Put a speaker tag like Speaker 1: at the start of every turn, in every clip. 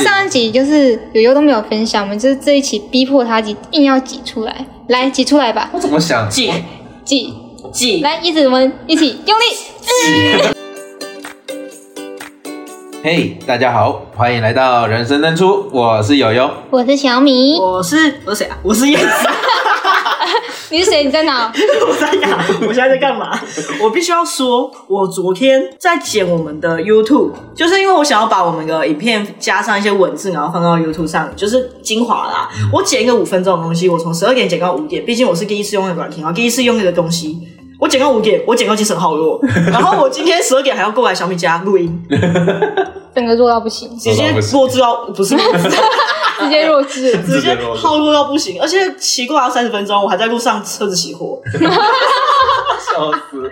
Speaker 1: 上一集就是友友都没有分享，我们就是这一期逼迫他挤，硬要挤出来，来挤出来吧，
Speaker 2: 我怎么想？
Speaker 3: 记
Speaker 1: 挤，
Speaker 3: 记，
Speaker 1: 来一直我们一起用力。
Speaker 2: 嘿大家好，欢迎来到人生登出，我是友友。
Speaker 1: 我是小米，
Speaker 3: 我是我是谁啊？我是叶子，
Speaker 1: 你是谁？你在 哪？
Speaker 3: 我在干嘛？我现在在干嘛？我必须要说，我昨天在剪我们的 YouTube，就是因为我想要把我们的影片加上一些文字，然后放到 YouTube 上，就是精华啦。我剪一个五分钟的东西，我从十二点剪到五点，毕竟我是第一次用那个软件，然后第一次用那个东西。我剪到五点，我剪到精神好弱。然后我今天十二点还要过来小米家录音，
Speaker 1: 整个弱到不行，
Speaker 3: 直接弱智到不是弱智，
Speaker 1: 直接弱智。
Speaker 3: 直接耗弱到不行，而且骑过来要三十分钟，我还在路上车子熄火。
Speaker 2: 笑死！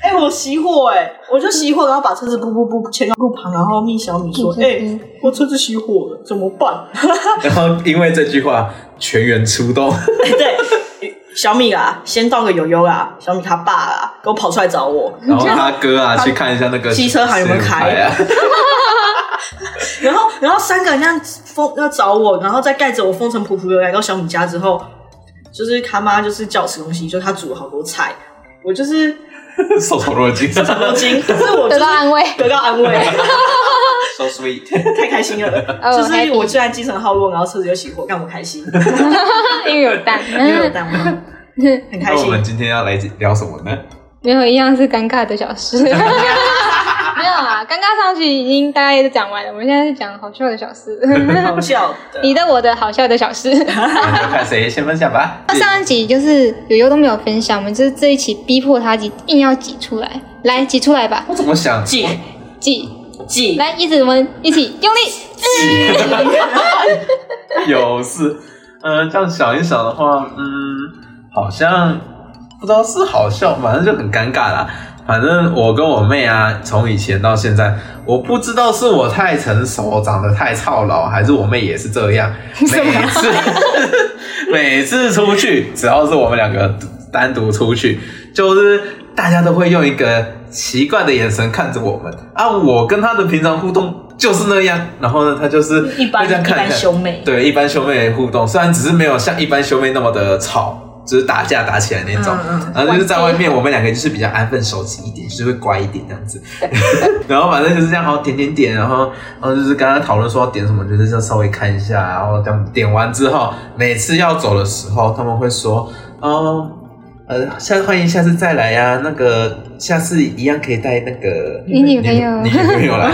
Speaker 3: 哎、我熄火哎、我就熄火，然后把车子噗噗噗牵到路旁，然后密小米说：“
Speaker 1: 嗯
Speaker 3: 哎、
Speaker 1: 嗯
Speaker 3: 我车子熄火了，怎么办
Speaker 2: 然后因为这句话，全员出 动。？”
Speaker 3: 对，小米啊，先到个悠悠啊，小米他爸啊，给我跑出来找我，
Speaker 2: 然后他哥啊，去看一下那个
Speaker 3: 机车还有没有开
Speaker 2: 啊？
Speaker 3: 然后然后三个人这样风要找我，然后再盖着我风尘仆仆的来到小米家之后，就是他妈就是叫我吃东西，就他煮了好多菜，我就是
Speaker 2: 受宠若惊，
Speaker 3: 小头巾，可是我就
Speaker 1: 得
Speaker 3: 是
Speaker 1: 到安慰，
Speaker 3: 得到安慰。
Speaker 2: so sweet。
Speaker 3: 太开心 了，
Speaker 1: 哦
Speaker 3: 就是我
Speaker 1: happy
Speaker 3: 居然精神好弱，然后车子就熄火，干我开心，
Speaker 1: 因为有蛋，
Speaker 3: 没有蛋吗？很开
Speaker 2: 那我
Speaker 3: 心。
Speaker 2: 们今天要来聊什么呢？
Speaker 1: 没有一样是尴尬的小 事。没有啦，尴尬上去已经大概都讲完了，我们现在是讲好笑的小事。
Speaker 3: 好笑的，
Speaker 1: 你的我的好笑的小 事。
Speaker 2: 我们就看谁先分享 吧。
Speaker 1: 那上一集就是友友都没有分享，我们就是这一期逼迫他挤，硬要挤出来，来挤出来吧，
Speaker 2: 我怎么想？
Speaker 3: 记
Speaker 1: 挤，
Speaker 3: 记，
Speaker 1: 来一直我们一起用力。
Speaker 2: 有事。嗯，这样想一想的话，嗯，好像不知道是好笑，反正就很尴尬啦。反正我跟我妹啊，从以前到现在，我不知道是我太成熟，长得太操劳，还是我妹也是这 样。每次 每次出去，只要是我们两个单独出去，就是大家都会用一个奇怪的眼神看着我们啊。我跟她的平常互动就是那样，然后呢，她就是
Speaker 3: 一般
Speaker 2: 会这样
Speaker 3: 一
Speaker 2: 看一
Speaker 3: 般
Speaker 2: 看。
Speaker 3: 兄妹，
Speaker 2: 对，一般兄妹互动，虽然只是没有像一般兄妹那么的吵，就是打架打起来那种，
Speaker 3: 嗯嗯
Speaker 2: 然后就是在外面我们两个就是比较安分守己一点，就是会乖一点这样子。 然后反正就是这样，好点点点，然后然后就是刚刚讨论说要点什么，就是要稍微看一下，然后这样点完之后，每次要走的时候，他们会说，嗯。呃，下欢迎下次再来呀、那个下次一样可以带那个
Speaker 1: 你女朋友
Speaker 2: 你女朋友来。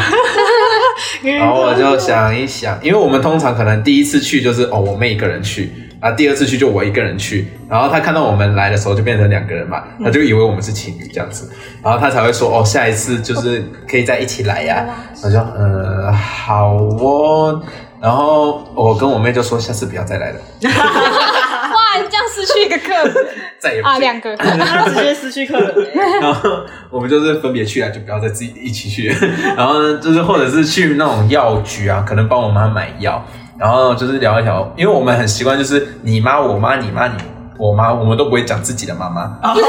Speaker 2: 然后哦我就想一想，因为我们通常可能第一次去就是哦，我妹一个人去，啊，第二次去就我一个人去，然后她看到我们来的时候就变成两个人嘛，她就以为我们是情侣这样子，然后她才会说哦，下一次就是可以再一起来呀、我就呃好哦，然后我跟我妹就说下次不要再来了，
Speaker 1: 哇，这样失去一个客人
Speaker 2: 再也不去
Speaker 1: 啊，两个。
Speaker 3: 他直接失去客人，
Speaker 2: 然后我们就是分别去啊，就不要再自己一起去。 然后呢，就是或者是去那种药局啊，可能帮我妈买药，然后就是聊一聊，因为我们很习惯就是你妈、我妈、你妈、你我妈，我们都不会讲自己的妈 妈，
Speaker 3: 怎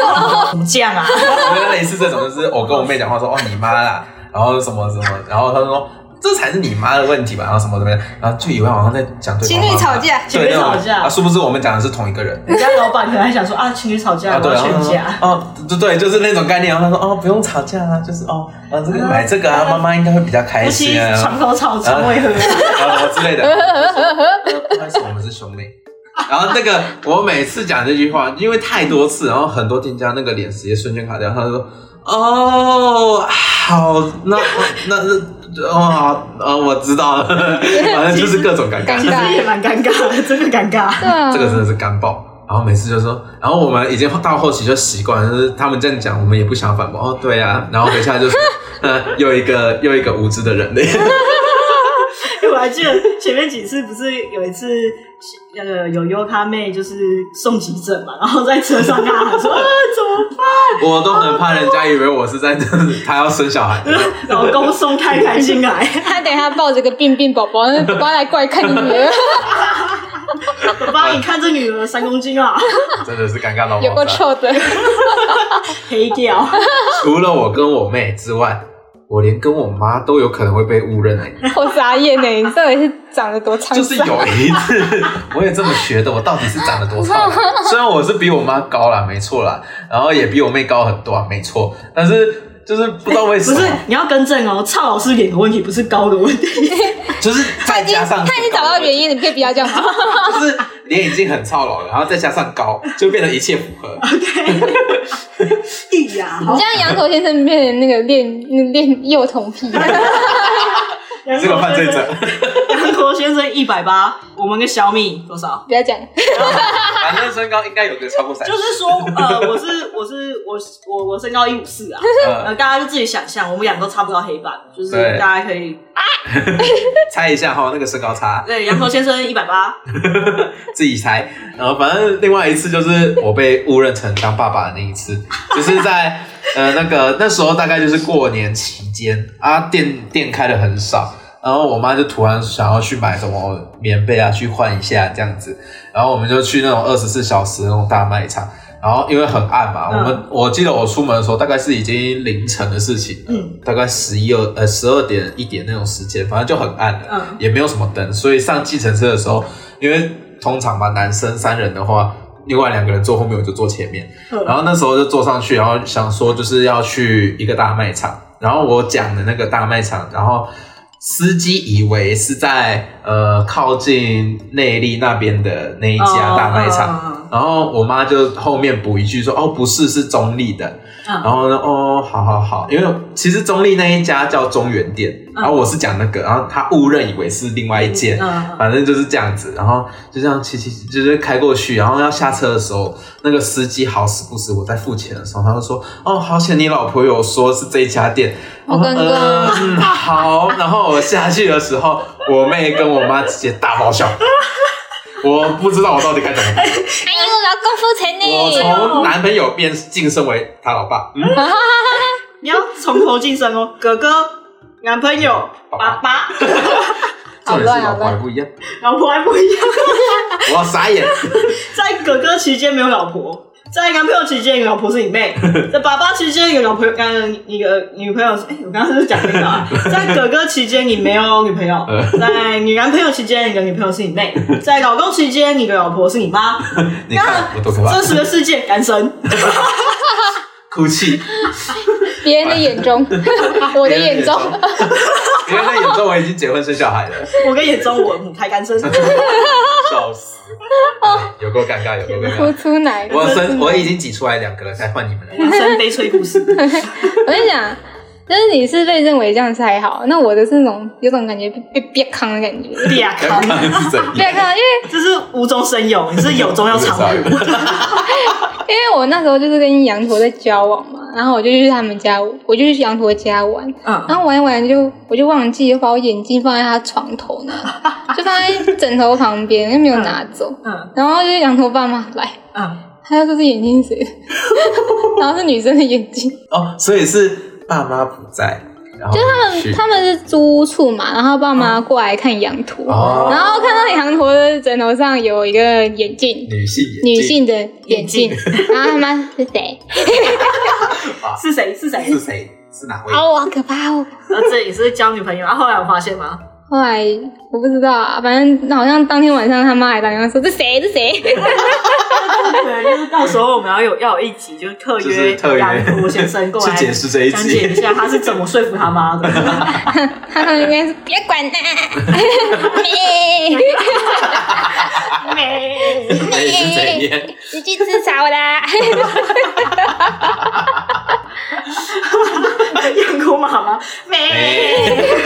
Speaker 3: 么哦这样啊？
Speaker 2: 我们类似这种，就是我跟我妹讲话说哦你妈啦，然后什么什么，然后她说。哦这才是你妈的问题吧，然后什么什么的，然后就以为好像在讲对方
Speaker 1: 情侣
Speaker 2: 妈妈
Speaker 1: 吵架
Speaker 2: 对
Speaker 3: 情侣
Speaker 2: 那种
Speaker 3: 吵架
Speaker 2: 啊，殊不知我们讲的是同一个人。
Speaker 3: 人家老板可能还想说啊，情侣吵架，
Speaker 2: 啊，
Speaker 3: 我
Speaker 2: 对，
Speaker 3: 要
Speaker 2: 然后
Speaker 3: 劝
Speaker 2: 他
Speaker 3: 架。
Speaker 2: 说哦，对对，就是那种概念。然后他说哦，不用吵架啊，就是哦，啊这个买这个啊，妈妈应该会比较开
Speaker 3: 夫
Speaker 2: 心
Speaker 3: 妻
Speaker 2: 啊，然后
Speaker 3: 床头吵，床 尾和。
Speaker 2: 然后之类的。我就说呃不好意思，我们是兄妹。然后那个我每次讲这句话，因为太多次，然后很多店家那个脸直接瞬间卡掉，他就说哦，好，那那那哦好，呃我知道了， 反正就是各种尴尬
Speaker 1: 尴。
Speaker 3: 其实也蛮尴尬的，真的尴尬。
Speaker 1: 对啊
Speaker 2: 这个真的是干爆。然后每次就说，然后我们已经到后期就习惯，就是他们这样讲，我们也不想反驳。哦，对啊，然后等一下就说， 嗯，又一个又一个无知的 人类。
Speaker 3: 我还记得前面几次不是有一次那个友友他妹就是送急诊嘛，然后在车上大喊说啊怎么办？
Speaker 2: 我都很怕人家以为我是在他要生小孩，
Speaker 3: 老公送太太进来，
Speaker 1: 他等一下抱着个病病宝宝，那宝宝来过来看你女 儿，
Speaker 3: 爸爸你看这女儿三公斤啊，
Speaker 2: 真的是尴尬到
Speaker 1: 有够
Speaker 2: 爆炸。
Speaker 1: 臭的。
Speaker 3: 黑掉。
Speaker 2: 除了我跟我妹之外，我连跟我妈都有可能会被误认欸
Speaker 1: 我傻眼呢，你到底是长得多沧桑？
Speaker 2: 就是有一次，我也这么学的，我到底是长得多丑？ 虽然我是比我妈高啦，没错啦，然后也比我妹高很多啊，没错，但是就是不知道为什
Speaker 3: 不
Speaker 2: 么，
Speaker 3: 是，你要更正哦，蔡老师脸的问题不是高的问题，
Speaker 2: 就是
Speaker 1: 他
Speaker 2: 再
Speaker 1: 已经
Speaker 2: 加上
Speaker 1: 他已经找到原因了，你可以不要这 样吗？
Speaker 2: 就是脸已经很操劳了，然后再加上高，就变得一切符合。
Speaker 3: 哎呀，
Speaker 1: 你
Speaker 3: 好
Speaker 1: 这，样羊头先生变成那个练那练幼童癖，
Speaker 2: 这个犯罪者，
Speaker 3: 杨国先生一百八，我们跟小米多少？
Speaker 1: 不要讲。
Speaker 2: 哎反正身高应该有个超过三十
Speaker 3: 就。是说，呃，我是我是我是我我身高一五四啊，呃，
Speaker 2: 呃，
Speaker 3: 大家就自己想象，我们俩都差不到黑板，就是
Speaker 2: 对
Speaker 3: 大家可以，
Speaker 2: 猜一下哈，那个身高差
Speaker 3: 对，杨头先生一百八，
Speaker 2: 自己猜。然后反正另外一次就是我被误认成当爸爸的那一次，就是在呃那个那时候大概就是过年期间啊，店店开的很少。然后我妈就突然想要去买什么棉被啊，去换一下这样子。然后我们就去那种二十四小时的那种大卖场。然后因为很暗嘛，
Speaker 3: 嗯
Speaker 2: 我们我记得我出门的时候大概是已经凌晨的事情了，
Speaker 3: 嗯
Speaker 2: 大概十一二呃十二点一点那种时间，反正就很暗了。
Speaker 3: 嗯，
Speaker 2: 也没有什么灯，所以上计程车的时候，因为通常嘛，男生三人的话，另外两个人坐后面，我就坐前面。然后那时候就坐上去，然后想说就是要去一个大卖场，然后我讲的那个大卖场，然后司机以为是在呃靠近内力那边的那一
Speaker 3: 哦
Speaker 2: 家大卖场，
Speaker 3: 场，
Speaker 2: 然后我妈就后面补一句说：“哦，不是，是中立的。
Speaker 3: 嗯
Speaker 2: 然后呢，哦，好好好，因为其实中立那一家叫中原店，
Speaker 1: 嗯
Speaker 2: 然后我是讲那个，然后他误认以为是另外一间，
Speaker 3: 嗯，
Speaker 2: 反正就是这样子。然后就这样骑骑，就是开过去，然后要下车的时候，那个司机好死不死，我在付钱的时候，他就说：“哦，好险，你老婆有说是这一家店。”
Speaker 1: 我
Speaker 2: 然后
Speaker 1: 刚刚
Speaker 2: 呃嗯好，然后我下去的时候，我妹跟我妈直接大 爆笑。我不知道我到底该怎么办。
Speaker 1: 哎呦，老公付钱
Speaker 2: 我从男朋友变晋升为他老爸，嗯，
Speaker 3: 你要从头晋升哦，哥哥，男朋友，爸爸，
Speaker 2: 重点
Speaker 1: 乱
Speaker 2: 是
Speaker 1: 啊
Speaker 2: 老婆还不一样，
Speaker 3: 老婆还不一样，
Speaker 2: 我傻眼，
Speaker 3: 在哥哥期间没有老婆，在男朋友期间，你老婆是 你妹；在爸爸期间，有老婆，呃，你的女朋友是，哎、我刚刚是不是讲这个 啊？在哥哥期间，你没有女朋友；
Speaker 2: 呃
Speaker 3: 在你男朋友期间，你的女朋友是你 妹；在老公期间，你的老婆是你妈。
Speaker 2: 你看我多可怕
Speaker 3: 真，实的世界，单 身。
Speaker 2: 哭泣，
Speaker 1: 别人的眼 中， 我的眼中，
Speaker 2: 别人的眼中我已经结婚生小孩了，
Speaker 3: 我跟眼中我母胎单身。
Speaker 2: 笑死，哦哎有够尴尬，有够尴
Speaker 1: 哭
Speaker 2: 尬，
Speaker 1: 出来了。
Speaker 2: 我生我已经挤出来两个了，该换你们了，
Speaker 3: 人生悲催故 事，
Speaker 1: 我跟你讲，就是你是被认为这样是还好，那我的是那种有种感觉被被憋康的感觉。
Speaker 3: 嗲
Speaker 2: 刚
Speaker 3: 康，
Speaker 2: 刚是怎
Speaker 1: 不要
Speaker 2: 样？
Speaker 1: 看，因为
Speaker 3: 这是无中生有，你是有中要藏
Speaker 2: 有
Speaker 3: 无。
Speaker 1: 因为我那时候就是跟羊驼在交往嘛，然后我就去他们家，我就去羊驼家玩，
Speaker 3: 嗯，
Speaker 1: 然后玩一玩就我就忘记，就把我眼镜放在他床头那，就放在枕头旁边，又没有拿走。
Speaker 3: 嗯
Speaker 1: 然后就是羊驼爸妈来，
Speaker 3: 嗯，
Speaker 1: 他就说是眼镜是谁的，然后是女生的眼镜。
Speaker 2: 哦，所以是爸妈不在，然后就
Speaker 1: 他们他们是租屋处嘛，然后爸妈过来看羊驼，
Speaker 2: 哦
Speaker 1: 然后看到羊驼的枕头上有一个眼镜。
Speaker 2: 女性眼镜
Speaker 1: 女性的眼镜，然后他妈是谁？
Speaker 3: 是谁？是谁？
Speaker 2: 是谁？是哪位？
Speaker 1: 哦，好可怕哦！
Speaker 3: 呃，这也是交女朋友啊？后来我发现吗？
Speaker 1: 后来我不知道啊，反正好像当天晚上他妈还打电话说这谁这谁，
Speaker 3: 对，就是到时候我们要有要有一集，就是特
Speaker 2: 就是
Speaker 3: 约
Speaker 2: 特约
Speaker 3: 杨国先生过
Speaker 2: 去
Speaker 3: 来
Speaker 2: 解释这一
Speaker 3: 讲解一
Speaker 2: 集，
Speaker 3: 下他是怎么说服他妈的。
Speaker 1: 他们应该是别管他，妹，
Speaker 3: 没，
Speaker 2: 你哎是怎样？
Speaker 1: 你去吃草啦！
Speaker 3: 养狗妈妈
Speaker 2: 哎
Speaker 3: 没，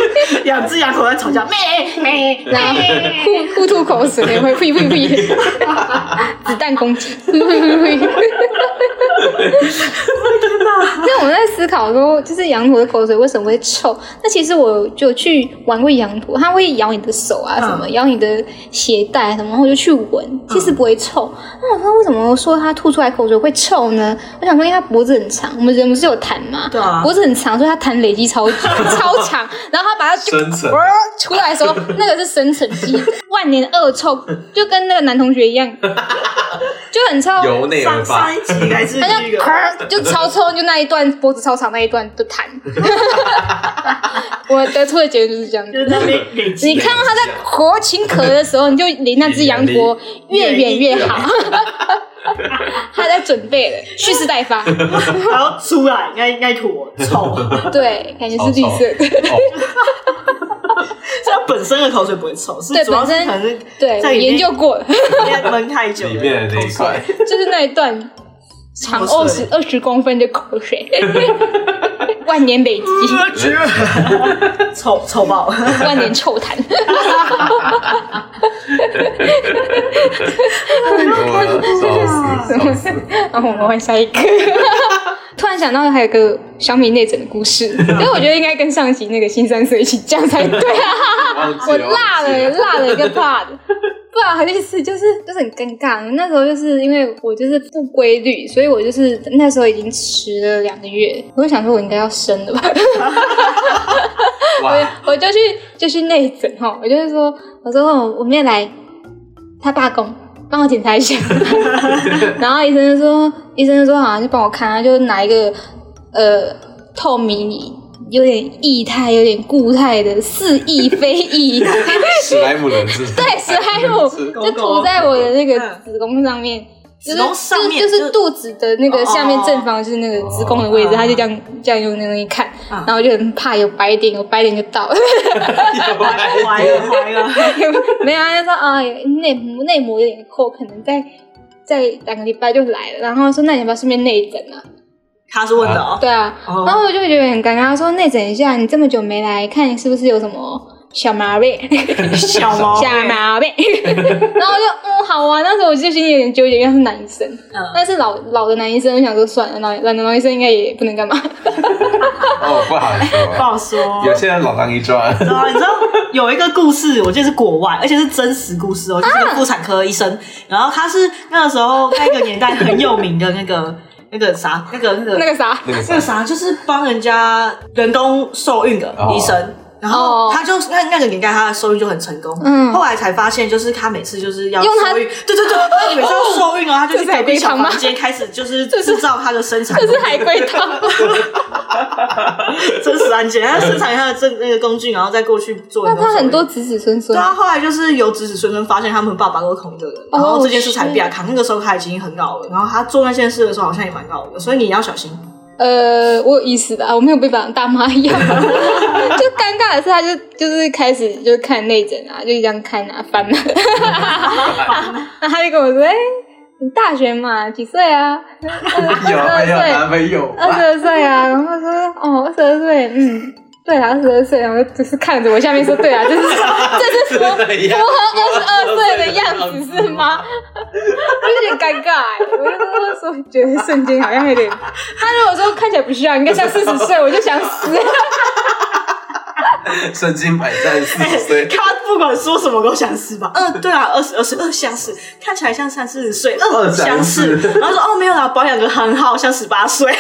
Speaker 3: 两只羊狗在吵架没没
Speaker 1: 然 后
Speaker 3: 没。
Speaker 1: 互互吐口水，会呸呸呸，子弹攻击，呸呸呸呸。那我们在思考说，就是羊驼的口水为什么会臭？那其实我就去玩过羊驼，它会咬你的手啊，什么、咬你的鞋带啊什么，然后我就去闻，其实不会臭。那我说为什么说它吐出来口水会臭呢？我想说，因为它脖子很长，我们人不是有痰吗？
Speaker 3: 对啊
Speaker 1: 脖子很长，所以它痰累积超 超长，然后它把它就
Speaker 2: 深层
Speaker 1: 出来的 时候， 那个是深层肌，万年恶臭，就跟那个男同学一样。就很臭，
Speaker 2: 由内而
Speaker 3: 上
Speaker 2: 发
Speaker 3: 上。一集还是
Speaker 1: 它
Speaker 3: 那
Speaker 1: 就
Speaker 3: 个，
Speaker 1: 咳 就超臭，就那一段脖子超长那一段就 弹。我得出的结论就是这样子。
Speaker 3: 就是那边累积
Speaker 1: 你看到它在活情壳的时候，你就离那只羊驼越远越好。 它在准备了，蓄势待 发。
Speaker 3: 然后出来，那那坨臭，
Speaker 1: 对，感觉是绿色的。
Speaker 2: 哦，
Speaker 3: 这样本身的口水不会臭，是
Speaker 1: 对
Speaker 3: 主要是
Speaker 1: 本身
Speaker 3: 可能是
Speaker 1: 对，我
Speaker 3: 在里面
Speaker 1: 研究过了，
Speaker 3: 里面闷太久
Speaker 2: 里面的那一块，
Speaker 1: 就是那一段长二十二十公分的口水， 万年 累积，
Speaker 3: 臭臭爆，
Speaker 1: 万年臭痰。
Speaker 2: 哎我笑 死，笑死。
Speaker 1: 然后我们换下一个。 突然想到还有个小米内诊的故 事，因为我觉得应该跟上集那个新三色一起讲才对啊，
Speaker 2: 忘记
Speaker 1: 我
Speaker 2: 了，
Speaker 1: 落
Speaker 2: 忘记
Speaker 1: 了落了一个 part。不好意思，就是就是很尴尬。那时候就是因为我就是不规律，所以我就是那时候已经迟了两个月。我就想说，我应该要生了吧，
Speaker 2: 哇，
Speaker 1: 我就去就去内诊哈，我就是说，我说哦我妹来，她罢工，帮我检查一下。然后医生就说，医生就说好像就帮我看，他就拿一个呃透明。有点液态，有点固态的，似液非液，
Speaker 2: 史莱姆人是？
Speaker 1: 对，史莱姆 就涂在我的那个子宫上面，就是
Speaker 3: 子宫上面
Speaker 1: 就是
Speaker 3: 就
Speaker 1: 就是肚子的那个下面正方，就是那个子宫的位置，
Speaker 3: 哦
Speaker 1: 他就这样这样用那个东西看，
Speaker 3: 嗯
Speaker 1: 然后我就很怕有白点，有白点就到 了。
Speaker 2: 啊
Speaker 3: 怀了怀了，
Speaker 1: 没有，他就说啊，内膜内膜有点厚，可能在在两个礼拜就来了。然后说那你要不要顺便内诊啊？
Speaker 3: 他是问的哦，
Speaker 1: 对啊，
Speaker 3: 哦
Speaker 1: 然后我就觉得很尴尬，他说内诊一下，你这么久没来看，你是不是有什么小毛 病？
Speaker 3: 小毛
Speaker 1: 小毛病。 然后我就嗯好啊，那时候我就心里有点纠结，因为他是男医生，
Speaker 3: 嗯，
Speaker 1: 但是老老的男医生，我想说算了，老老的男医生应该也不能干嘛。
Speaker 2: 哦，不好
Speaker 3: 不
Speaker 2: 说，
Speaker 3: 好说。
Speaker 2: 有些人老当益壮。
Speaker 3: 对啊，你知道有一个故事，我记得是国外，而且是真实故事
Speaker 1: 啊
Speaker 3: 哦，就是一个妇产科医生，然后他是那个时候那个年代很有名的那个 那个啥，那 个那个
Speaker 1: 那个啥，
Speaker 2: 那个
Speaker 3: 那个啥，就是帮人家人工受孕的医生。然后
Speaker 1: 哦
Speaker 3: 他就那那个年代，他的受孕就很成功。
Speaker 1: 嗯
Speaker 3: 后来才发现，就是他每次就是要
Speaker 1: 用他
Speaker 3: 受孕， 对对对，每次要受孕哦，他就去
Speaker 1: 这是海
Speaker 3: 隔壁
Speaker 1: 龟
Speaker 3: 小
Speaker 1: 汤吗
Speaker 3: 房间开始 就是制造他的生产
Speaker 1: 这
Speaker 3: 工具，
Speaker 1: 是海龟 汤。
Speaker 3: 真实案件，他生产他的这那个工具，然后再过去做
Speaker 1: 那
Speaker 3: 人工受
Speaker 1: 他
Speaker 3: 孕。
Speaker 1: 很多子子孙孙
Speaker 3: 对，啊，后来就是有子子孙孙发现他们爸爸都是同一个人，然后这件事才
Speaker 1: 哦是
Speaker 3: 比较扛。那个时候他已经很老了，然后他做那件事的时候好像也蛮老的，所以你要小心。
Speaker 1: 呃，我有意思的啊，我没有被绑大妈一 样。就尴尬的是，他就就是开始就看内诊啊，就这样看啊翻啊， 然后他就跟我说：“哎、你大学嘛，几岁啊？
Speaker 2: 有
Speaker 1: 二
Speaker 2: 没
Speaker 1: 十
Speaker 2: 有
Speaker 1: 二岁
Speaker 2: 男 朋友？
Speaker 1: 二十二岁啊，然后说哦，二十二岁，嗯，对啊，二十二岁，然后只是看着我下面说，对啊，这是 这是符合
Speaker 2: 这样
Speaker 1: 二十二岁的样子是吗？我 有点尴尬、欸，我就说说觉得瞬间好像有点， 他如果说看起来不像，应该像四十岁，我就想死。
Speaker 2: 身经百战四 十 岁，
Speaker 3: 他不管说什么都想是吧？嗯，呃对啊，二十二十二相似，看起来像三四十岁，
Speaker 2: 二
Speaker 3: 嗯，
Speaker 2: 三
Speaker 3: 相似。
Speaker 2: 四
Speaker 3: 然后说哦，没有啦，保养的很好，像十八 岁。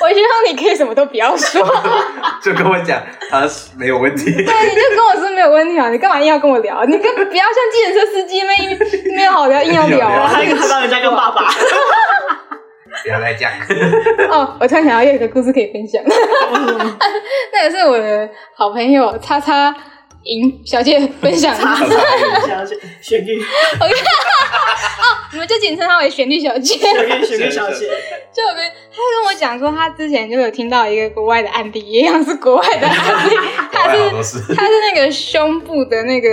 Speaker 1: 我希望你可以什么都不要说，
Speaker 2: 就跟我讲他是没有问 题。
Speaker 1: 对，你就跟我说没有问题啊，你干嘛硬要跟我聊？你跟不要像计程车司机没没有好 聊，硬要聊
Speaker 3: 然后
Speaker 1: 啊。
Speaker 3: 他还让人家跟爸爸，
Speaker 2: 不要来 讲，
Speaker 1: 哦，我突然想到又有一个故事可以分享， 那也是我的好朋友叉叉莹小姐分享 的。
Speaker 3: 想要去选玉，
Speaker 1: 你们就简称她为旋律小姐。
Speaker 3: 选玉，选玉小姐，
Speaker 1: 就有跟他跟我讲说，他之前就有听到一个国外的案例，一样是国外的案例， 他
Speaker 2: 外好
Speaker 1: 是
Speaker 2: 多事。
Speaker 1: 他是那个胸部的那个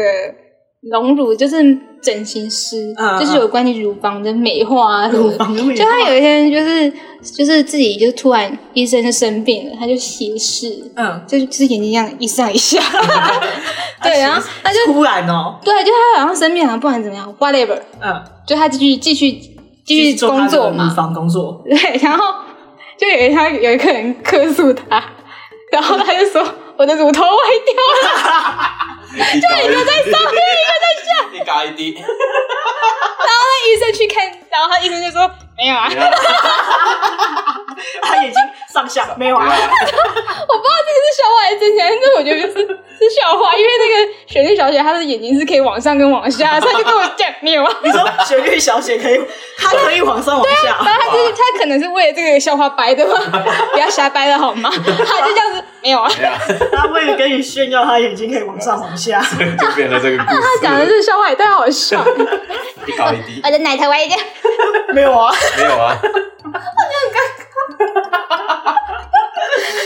Speaker 1: 隆乳，就是整形师，
Speaker 3: 嗯
Speaker 1: 就是有关于乳房的美化啊什么
Speaker 3: 乳
Speaker 1: 的。
Speaker 3: 房的美
Speaker 1: 就
Speaker 3: 貌
Speaker 1: 他有一天就是就是自己就突然医生就生病了，他就斜视，
Speaker 3: 嗯，
Speaker 1: 就是就是眼睛这样一上一 下， 对，然后他就
Speaker 3: 突然哦，
Speaker 1: 对，就他好像生病了，不管怎么样，whatever，
Speaker 3: 嗯，
Speaker 1: 就他继续继续继续工作嘛，
Speaker 3: 房工作，
Speaker 1: 对，然后就有一他有一个人客诉他， 然后他就说我的乳头歪掉了，
Speaker 2: 就一个在上面，一个在下，一高一低。
Speaker 1: 那医生去看， 然后他医生就说没有啊，我不
Speaker 2: 不
Speaker 1: 知
Speaker 2: 要
Speaker 3: 他眼睛上下没有
Speaker 2: 不
Speaker 3: 啊
Speaker 2: 要。
Speaker 1: 道这个是笑话还是真相，但是我觉得是是笑话，因为那个雪莉小姐她的眼睛是可以往上跟往下，她就跟我讲没有啊。
Speaker 3: 你说雪绿小姐可以，她可以往上往
Speaker 1: 然
Speaker 3: 下，
Speaker 1: 后她就是她可能是为了这个笑话掰 的嘛，不要瞎掰了好吗？她就这样子没有啊。
Speaker 2: 哎呀，
Speaker 3: 她为了跟你炫耀，她眼睛可以往上 往下。
Speaker 2: 就变成这个故事。
Speaker 1: 她讲的这个笑话也太好笑了，
Speaker 2: 一高一低，
Speaker 1: 我的奶头歪一点。
Speaker 3: 没有啊，
Speaker 2: 没有啊，
Speaker 3: 看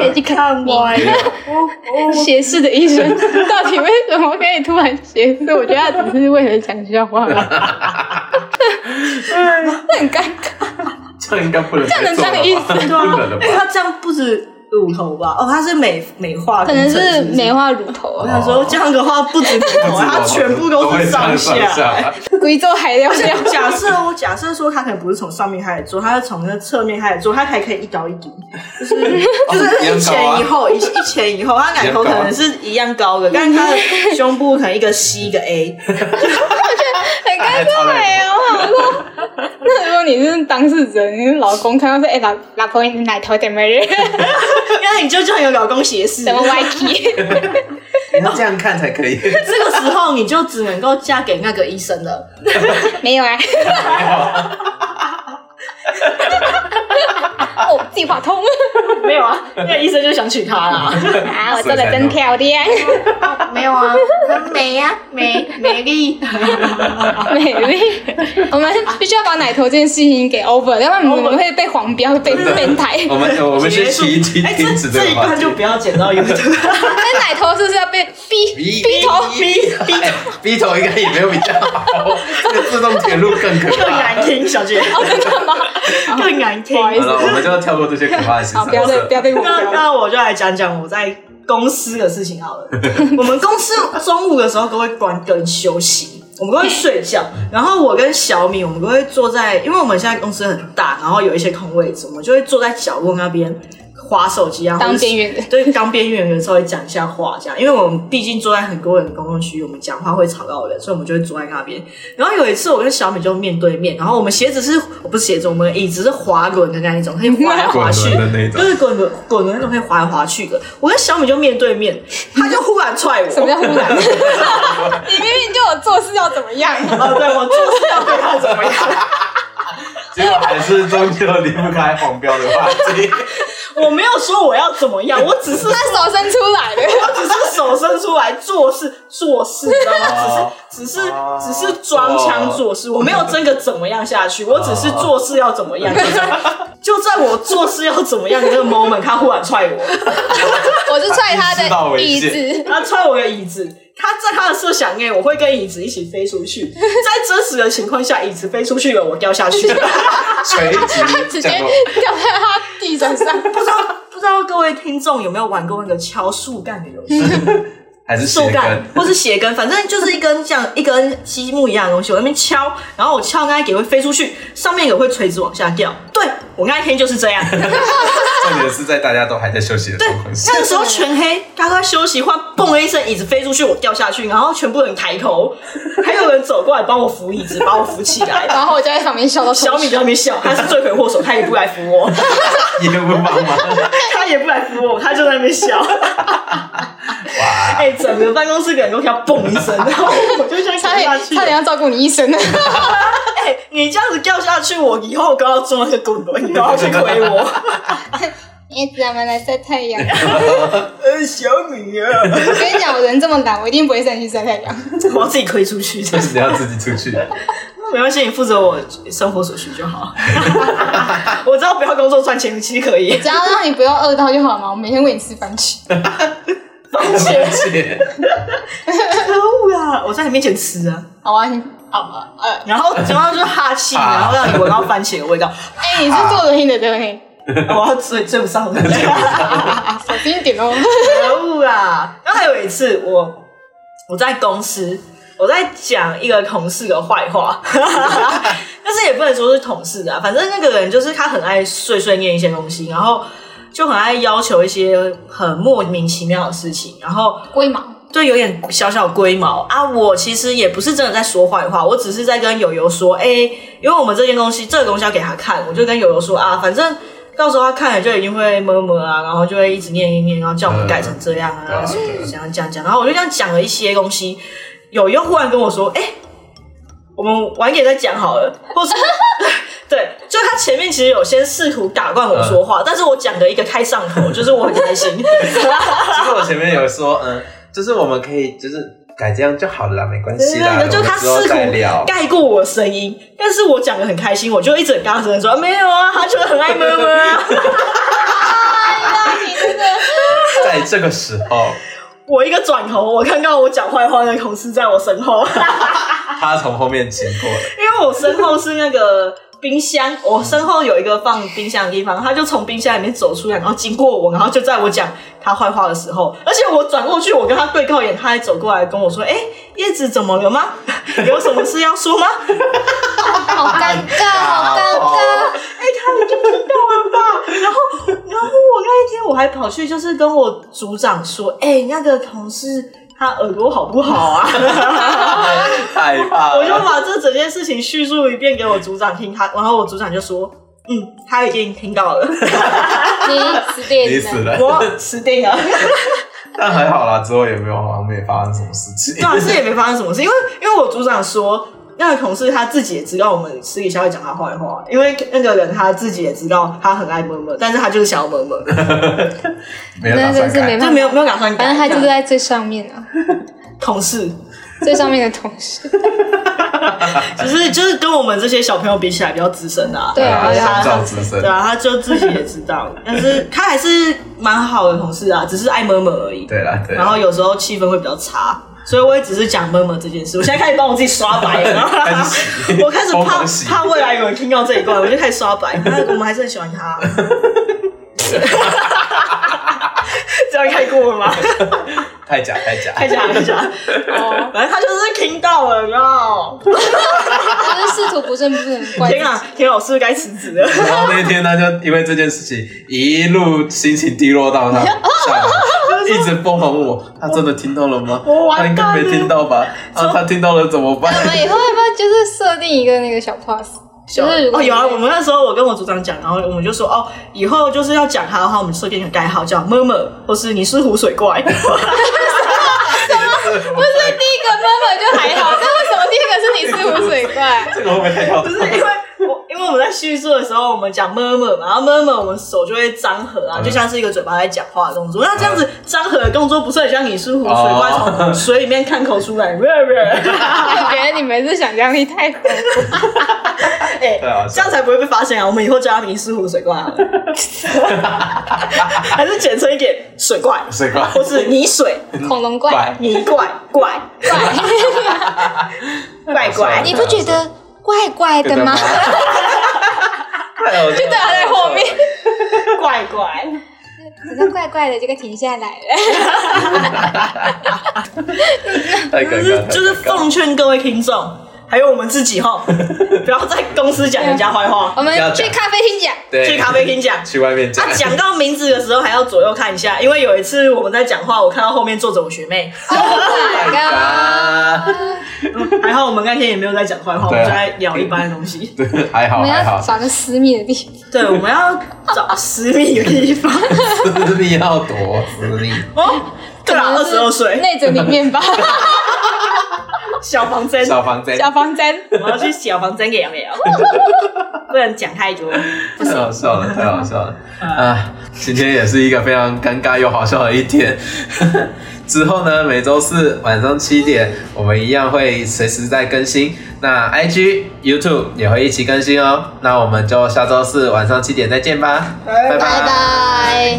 Speaker 1: 可以去看
Speaker 3: 歪了。
Speaker 1: 斜视的医生到底为什么可以突然斜视？我觉得他只是为了讲笑话吧，
Speaker 3: 啊
Speaker 1: 那很尴尬。
Speaker 2: 这样应该不能再做
Speaker 1: 这样能当医
Speaker 2: 了吧，
Speaker 1: 生
Speaker 2: 不能了
Speaker 3: 哎，
Speaker 2: 吧？
Speaker 3: 她这样不止乳头吧？哦，她是美美化
Speaker 1: 可
Speaker 3: 工
Speaker 1: 能
Speaker 3: 程，
Speaker 1: 是
Speaker 3: 不
Speaker 1: 美化乳头
Speaker 3: 我
Speaker 1: 啊，
Speaker 3: 想说这样的话不止乳头，啊她全部都
Speaker 2: 会
Speaker 3: 是
Speaker 2: 上
Speaker 3: 下。
Speaker 2: 下，
Speaker 1: 贵州海料料。
Speaker 3: 假设我假设说他可能不是从上面开始做，他是从那侧面开始做，他还可以一高一低，就是就是一前一后，一一前一后，他奶头可能是一样高的，但是他的胸部可能一个 C 一个 A，
Speaker 1: 很尴尬哎、欸！我想说，那如果你是当事者，你是老公看到说，哎、老老婆，你奶头怎么了？
Speaker 3: 因为你就叫你的老公斜视
Speaker 1: 怎，么歪起？
Speaker 2: 你要这样看才可以。
Speaker 3: 这个时候你就只能够嫁给那个医生了。
Speaker 1: 没有啊，哦，我自己话通
Speaker 3: 没有啊，那个医生就想娶她啦。
Speaker 1: 啊，我做的真漂亮，
Speaker 3: 没有啊，美呀、美美丽。
Speaker 1: 美丽。我们必须要把奶头这件事情给 over，要不然我们会被黄标、被变态。
Speaker 2: 我们 我们先提提
Speaker 3: 哎，这
Speaker 2: 停止
Speaker 3: 这
Speaker 2: 个
Speaker 3: 一
Speaker 2: 话
Speaker 3: 段
Speaker 2: 题
Speaker 3: 就。不要剪到 YouTube。
Speaker 1: 那奶头是不是要被逼
Speaker 2: 逼
Speaker 1: 逼头？
Speaker 2: 逼逼逼头应该也没有比较好，这个自动填入更可
Speaker 3: 更
Speaker 2: 怕。
Speaker 3: 难听，小姐，
Speaker 1: 真的吗？
Speaker 3: 更难听
Speaker 1: 不。好意
Speaker 2: 好
Speaker 1: 思
Speaker 2: 了，我们就要跳过这些可怕的形
Speaker 1: 好，
Speaker 2: 象。
Speaker 1: 不要再不要再黄
Speaker 3: 那
Speaker 1: 标了。
Speaker 3: 那我就来讲讲我在公司的事情 好了。我们公司中午的时候都会关灯休息，我们都会睡觉。然后我跟小米，我们都会坐在，因为我们现在公司很大，然后有一些空位置，我们就会坐在角落那边划手机啊，或者
Speaker 1: 当
Speaker 3: 是
Speaker 1: 边缘人，
Speaker 3: 对，当边缘人稍微讲一下话，这样，因为我们毕竟坐在很多人公共区域，我们讲话会吵到人，所以我们就会坐在那边。然后有一次，我跟小米就面对面，然后我们鞋子是不是鞋子，我们的椅子是滑轮的那一种，可以滑来滑 去，
Speaker 2: 滚轮的那种
Speaker 3: 就是滚轮滚轮那种可以滑来滑去的。我跟小米就面对面，他就忽然踹我，
Speaker 1: 什么叫忽 然？你明明就有做事要怎么样？
Speaker 3: 哦，对我就是要对他怎么样？
Speaker 2: 结果还是终究离不开黄标的话题。
Speaker 3: 我没有说我要怎么样，我只是
Speaker 1: 他手伸出来的，
Speaker 3: 我只是手伸出来做事做事，你知道吗
Speaker 2: 哦？
Speaker 3: 只是
Speaker 2: 哦
Speaker 3: 只是只是装腔作势，我没有真的怎么样下去，我只是做事要怎么样。就在我做事要怎么样的那个 moment，他忽然踹我，
Speaker 1: 我是踹他
Speaker 2: 知道
Speaker 1: 的
Speaker 2: 危
Speaker 1: 椅
Speaker 2: 险
Speaker 1: 子。
Speaker 3: 他踹我的椅子。他在他的设想内，我会跟椅子一起飞出去。在真实的情况下，椅子飞出去了， 我掉下去。
Speaker 2: 垂
Speaker 1: 他
Speaker 2: 直
Speaker 1: 直接
Speaker 2: 降落，
Speaker 1: 掉在他地板上，
Speaker 3: 不知道不知道各位听众有没有玩过那个敲树干的游戏？
Speaker 2: 还是
Speaker 3: 树
Speaker 2: 斜
Speaker 3: 干
Speaker 2: 根？
Speaker 3: 或是鞋跟，反正就是一根这样一根积木一样的东西，我在那边敲，然后我敲那一点会飞出去，上面也会垂直往下掉。对我那一天就是这样，
Speaker 2: 重点是在大家都还在休息的状况下，
Speaker 3: 那个时候全黑，大家都在休息，忽然嘣的一声，椅子飞出去，我掉下去，然后全部人抬头，还有人走过来帮我扶椅子，把我扶起来。
Speaker 1: 然后我就在旁边笑到
Speaker 3: 小米在那边笑，他是罪魁祸首，他也不来扶 我，
Speaker 2: 也不帮忙。
Speaker 3: 他也不来扶我，他就在那边 笑。哎、整个办公室感觉要嘣一声，然 后我就这样
Speaker 1: 差
Speaker 3: 掉下
Speaker 1: 点
Speaker 3: 去
Speaker 1: 差。点要照顾你一生了。
Speaker 3: 哎、你这样子掉下去，我以后都要做那个滚轮，你都要去回 我。
Speaker 1: 你怎么来晒太阳？
Speaker 3: 呃，小米啊，
Speaker 1: 我跟你讲，我人这么懒，我一定不会上去晒太阳。
Speaker 3: 我要自己推出去，
Speaker 2: 就是你要自己出去，
Speaker 3: 没关系，你负责我生活所需就 好。我知道不要工作赚钱，其实可以。
Speaker 1: 只要让你不要饿到就好嘛。我每天喂你吃番茄，
Speaker 2: 而且
Speaker 3: 可恶啦！我在你面前吃啊，
Speaker 1: 好啊，你好啊，呃，
Speaker 3: 然后然后就哈气，
Speaker 2: 啊
Speaker 3: 然后让你闻到番茄的味道，
Speaker 1: 哎，你是坐轮椅的对不对？
Speaker 3: 我要追追不上你。
Speaker 1: 小心一点哦。
Speaker 3: 可恶啊啦！然后还有一次，我我在公司，我在讲一个同事的坏 话，但是也不能说是同事啊，反正那个人就是他很爱碎碎念一些东西，然后就很爱要求一些很莫名其妙的事情，然后
Speaker 1: 龟毛，
Speaker 3: 对，有点小小龟毛啊。我其实也不是真的在说坏话，我只是在跟友友说，哎、因为我们这件东西，这个东西要给他看，我就跟友友说啊，反正到时候他看了就一定会么么啊，然后就会一直念一念，然后叫我们
Speaker 2: 嗯
Speaker 3: 改成这样啊，
Speaker 2: 对啊
Speaker 3: 什
Speaker 2: 对
Speaker 3: 么怎样这样讲，然后我就这样讲了一些东西，有又忽然跟我说，哎、我们晚一点再讲好了，或是对，对，就他前面其实有先试图打断
Speaker 2: 嗯
Speaker 3: 我说话，但是我讲的一个开上头，就是我很开心，
Speaker 2: 其实我前面有说，嗯，就是我们可以就是改这样就好了啦，没关系啦，
Speaker 3: 对，就
Speaker 2: 我们
Speaker 3: 他
Speaker 2: 之后
Speaker 3: 试
Speaker 2: 再
Speaker 3: 图
Speaker 2: 聊。
Speaker 3: 盖过我的声音，但是我讲的很开心，我就一直很大声说没有啊，他就很爱么么啊。
Speaker 1: 你真的
Speaker 2: 在这个时候，
Speaker 3: 我一个转头，我看到我讲坏话的同事在我身后，
Speaker 2: 他从后面经过了，
Speaker 3: 因为我身后是那个冰箱，我身后有一个放冰箱的地方，他就从冰箱里面走出来，然后经过我，然后就在我讲他坏话的时候，而且我转过去，我跟他对靠眼，他还走过来跟我说：“哎、叶子怎么了吗？ 有什么事要说吗？”
Speaker 1: 好尴尬，
Speaker 3: 啊
Speaker 2: 啊
Speaker 1: 好尴尬。
Speaker 2: 哦
Speaker 3: 哎、他们就听到了吧？然后，然后我那一天我还跑去，就是跟我组长说，哎、那个同事他耳朵好不好啊？
Speaker 2: 害怕
Speaker 3: 我就
Speaker 2: 了。
Speaker 3: 把这整件事情叙述一遍给我组长听，他，然后我组长就说，嗯，他已经听到了，
Speaker 1: 你死
Speaker 2: 你
Speaker 1: 定
Speaker 2: 死了，
Speaker 3: 我死定了。
Speaker 2: 但还好啦，之后也没有好像没发生什么事情
Speaker 3: 对。啊，是也没发生什么事，因为因为我组长说，那个同事他自己也知道我们私底下会讲他坏话，因为那个人他自己也知道他很爱么么，但是他就是想要么 么，
Speaker 2: 没有打
Speaker 1: 那真
Speaker 2: 算
Speaker 1: 是没
Speaker 2: 改，
Speaker 1: 办
Speaker 3: 就
Speaker 1: 法
Speaker 3: 没，有没有打算改。
Speaker 1: 反正他就是在最上面啊，
Speaker 3: 同事。
Speaker 1: 最上面的同事。
Speaker 3: 就是就是跟我们这些小朋友比起来比较资深的、啊，
Speaker 1: 对啊
Speaker 2: 啊，
Speaker 1: 对
Speaker 2: 心
Speaker 1: 啊
Speaker 2: 照之身
Speaker 3: 对。啊，他就自己也知道，但是他还是蛮好的同事啊，只是爱闷闷而已。
Speaker 2: 对啦，对
Speaker 3: 然
Speaker 2: 啦，
Speaker 3: 后有时候气氛会比较差，所以我也只是讲闷闷这件事。我现在开始帮我自己刷白
Speaker 2: 开
Speaker 3: 了，
Speaker 2: 始洗
Speaker 3: 我开始
Speaker 2: 疯
Speaker 3: 怕
Speaker 2: 狂洗
Speaker 3: 怕未来有人听到这一段，我就开始刷 白。但是我们还是很喜欢他。这样太 过了吗？
Speaker 2: 太假太假，
Speaker 3: 太假了太假了！哦，反正他就是听到了，你知道？
Speaker 1: 他是仕途不正，不能怪自己
Speaker 3: 天。啊，天啊，我是不是该辞职了？
Speaker 2: 然后那天他就因为这件事情一路心情低落到
Speaker 3: 哦
Speaker 2: 他下午，一直疯狂问我，他真的听到了吗？
Speaker 3: 我
Speaker 2: 他应
Speaker 3: 完蛋
Speaker 2: 该
Speaker 3: 了
Speaker 2: 没听到吧？啊，他听到了怎么 办？
Speaker 1: 我们以后要不要就是设定一个那个小 pass？就是如果
Speaker 3: 哦，有啊，
Speaker 1: 你
Speaker 3: 我们那时候我跟我组长讲，然后我们就说哦，以后就是要讲他的话，我们设定一个代号叫么么，或是你是湖水 怪。
Speaker 1: 不是第一个 murmur 就还好，但为什么第一个是你是湖水 怪？
Speaker 2: 这个会不会太跳？
Speaker 3: 不 是因为我，因为我们在叙述的时候，我们讲么么嘛，然后么么我们手就会张合啊，
Speaker 2: 嗯
Speaker 3: 就像是一个嘴巴在讲话的动作。那这样子张合的动作，不是很像你是湖水怪
Speaker 2: 哦
Speaker 3: 从水里面看口出来？不是不是，
Speaker 1: 我觉得哎你们是想象力太丰富。
Speaker 3: 哎
Speaker 2: 对啊，
Speaker 3: 这样才不会被发现啊！我们以后叫他你是湖水怪 好了，还是简称一点 水怪，
Speaker 2: 水怪
Speaker 3: 或是泥水。
Speaker 1: 恐龙
Speaker 2: 怪
Speaker 1: 怪，
Speaker 3: 你怪怪怪
Speaker 2: 哦
Speaker 3: 怪，
Speaker 2: 啊
Speaker 1: 你不觉得怪怪的吗？
Speaker 2: 就
Speaker 1: 对啊，在后面，
Speaker 3: 怪怪，
Speaker 1: 那怪怪的这个停下来了。
Speaker 2: 太尴
Speaker 3: 就
Speaker 2: 尬
Speaker 3: 是
Speaker 2: 了，
Speaker 3: 就是奉劝各位听众，还有我们自己 哈，不要在公司讲人家坏话
Speaker 1: 我，们
Speaker 2: 要讲
Speaker 1: 去咖啡厅讲，
Speaker 2: 对
Speaker 3: 去咖啡厅讲。
Speaker 2: 去外面讲
Speaker 3: 啊，，讲到名字的时候还要左右看一下，因为有一次我们在讲话，我看到后面坐着我学 妹，
Speaker 1: Oh my god！
Speaker 3: 还好我们那天也没有在讲坏话，我
Speaker 2: 对啊
Speaker 3: 们就在聊一般的东 西。
Speaker 2: 对，还
Speaker 1: 我
Speaker 2: 好
Speaker 1: 们
Speaker 2: 还
Speaker 1: 要
Speaker 2: 好，
Speaker 1: 找个私密的地方。
Speaker 3: 对，我们要找私密的 地方。
Speaker 2: 私密要躲私 密，
Speaker 3: 哦，对
Speaker 1: 啊
Speaker 3: 啦，二十二岁
Speaker 1: 内诊里面 吧，
Speaker 3: 小房间，
Speaker 2: 小房间，
Speaker 1: 小房间。
Speaker 3: 我要去小房间给 杨聊，不能讲太多。
Speaker 2: 太好笑了，太好笑了啊！今天也是一个非常尴尬又好笑的一天。 之后呢，每周四晚上七点，我们一样会随时在更新。那 IG、YouTube 也会一起更新哦。那我们就下周四晚上七点再见吧，拜
Speaker 1: 拜拜。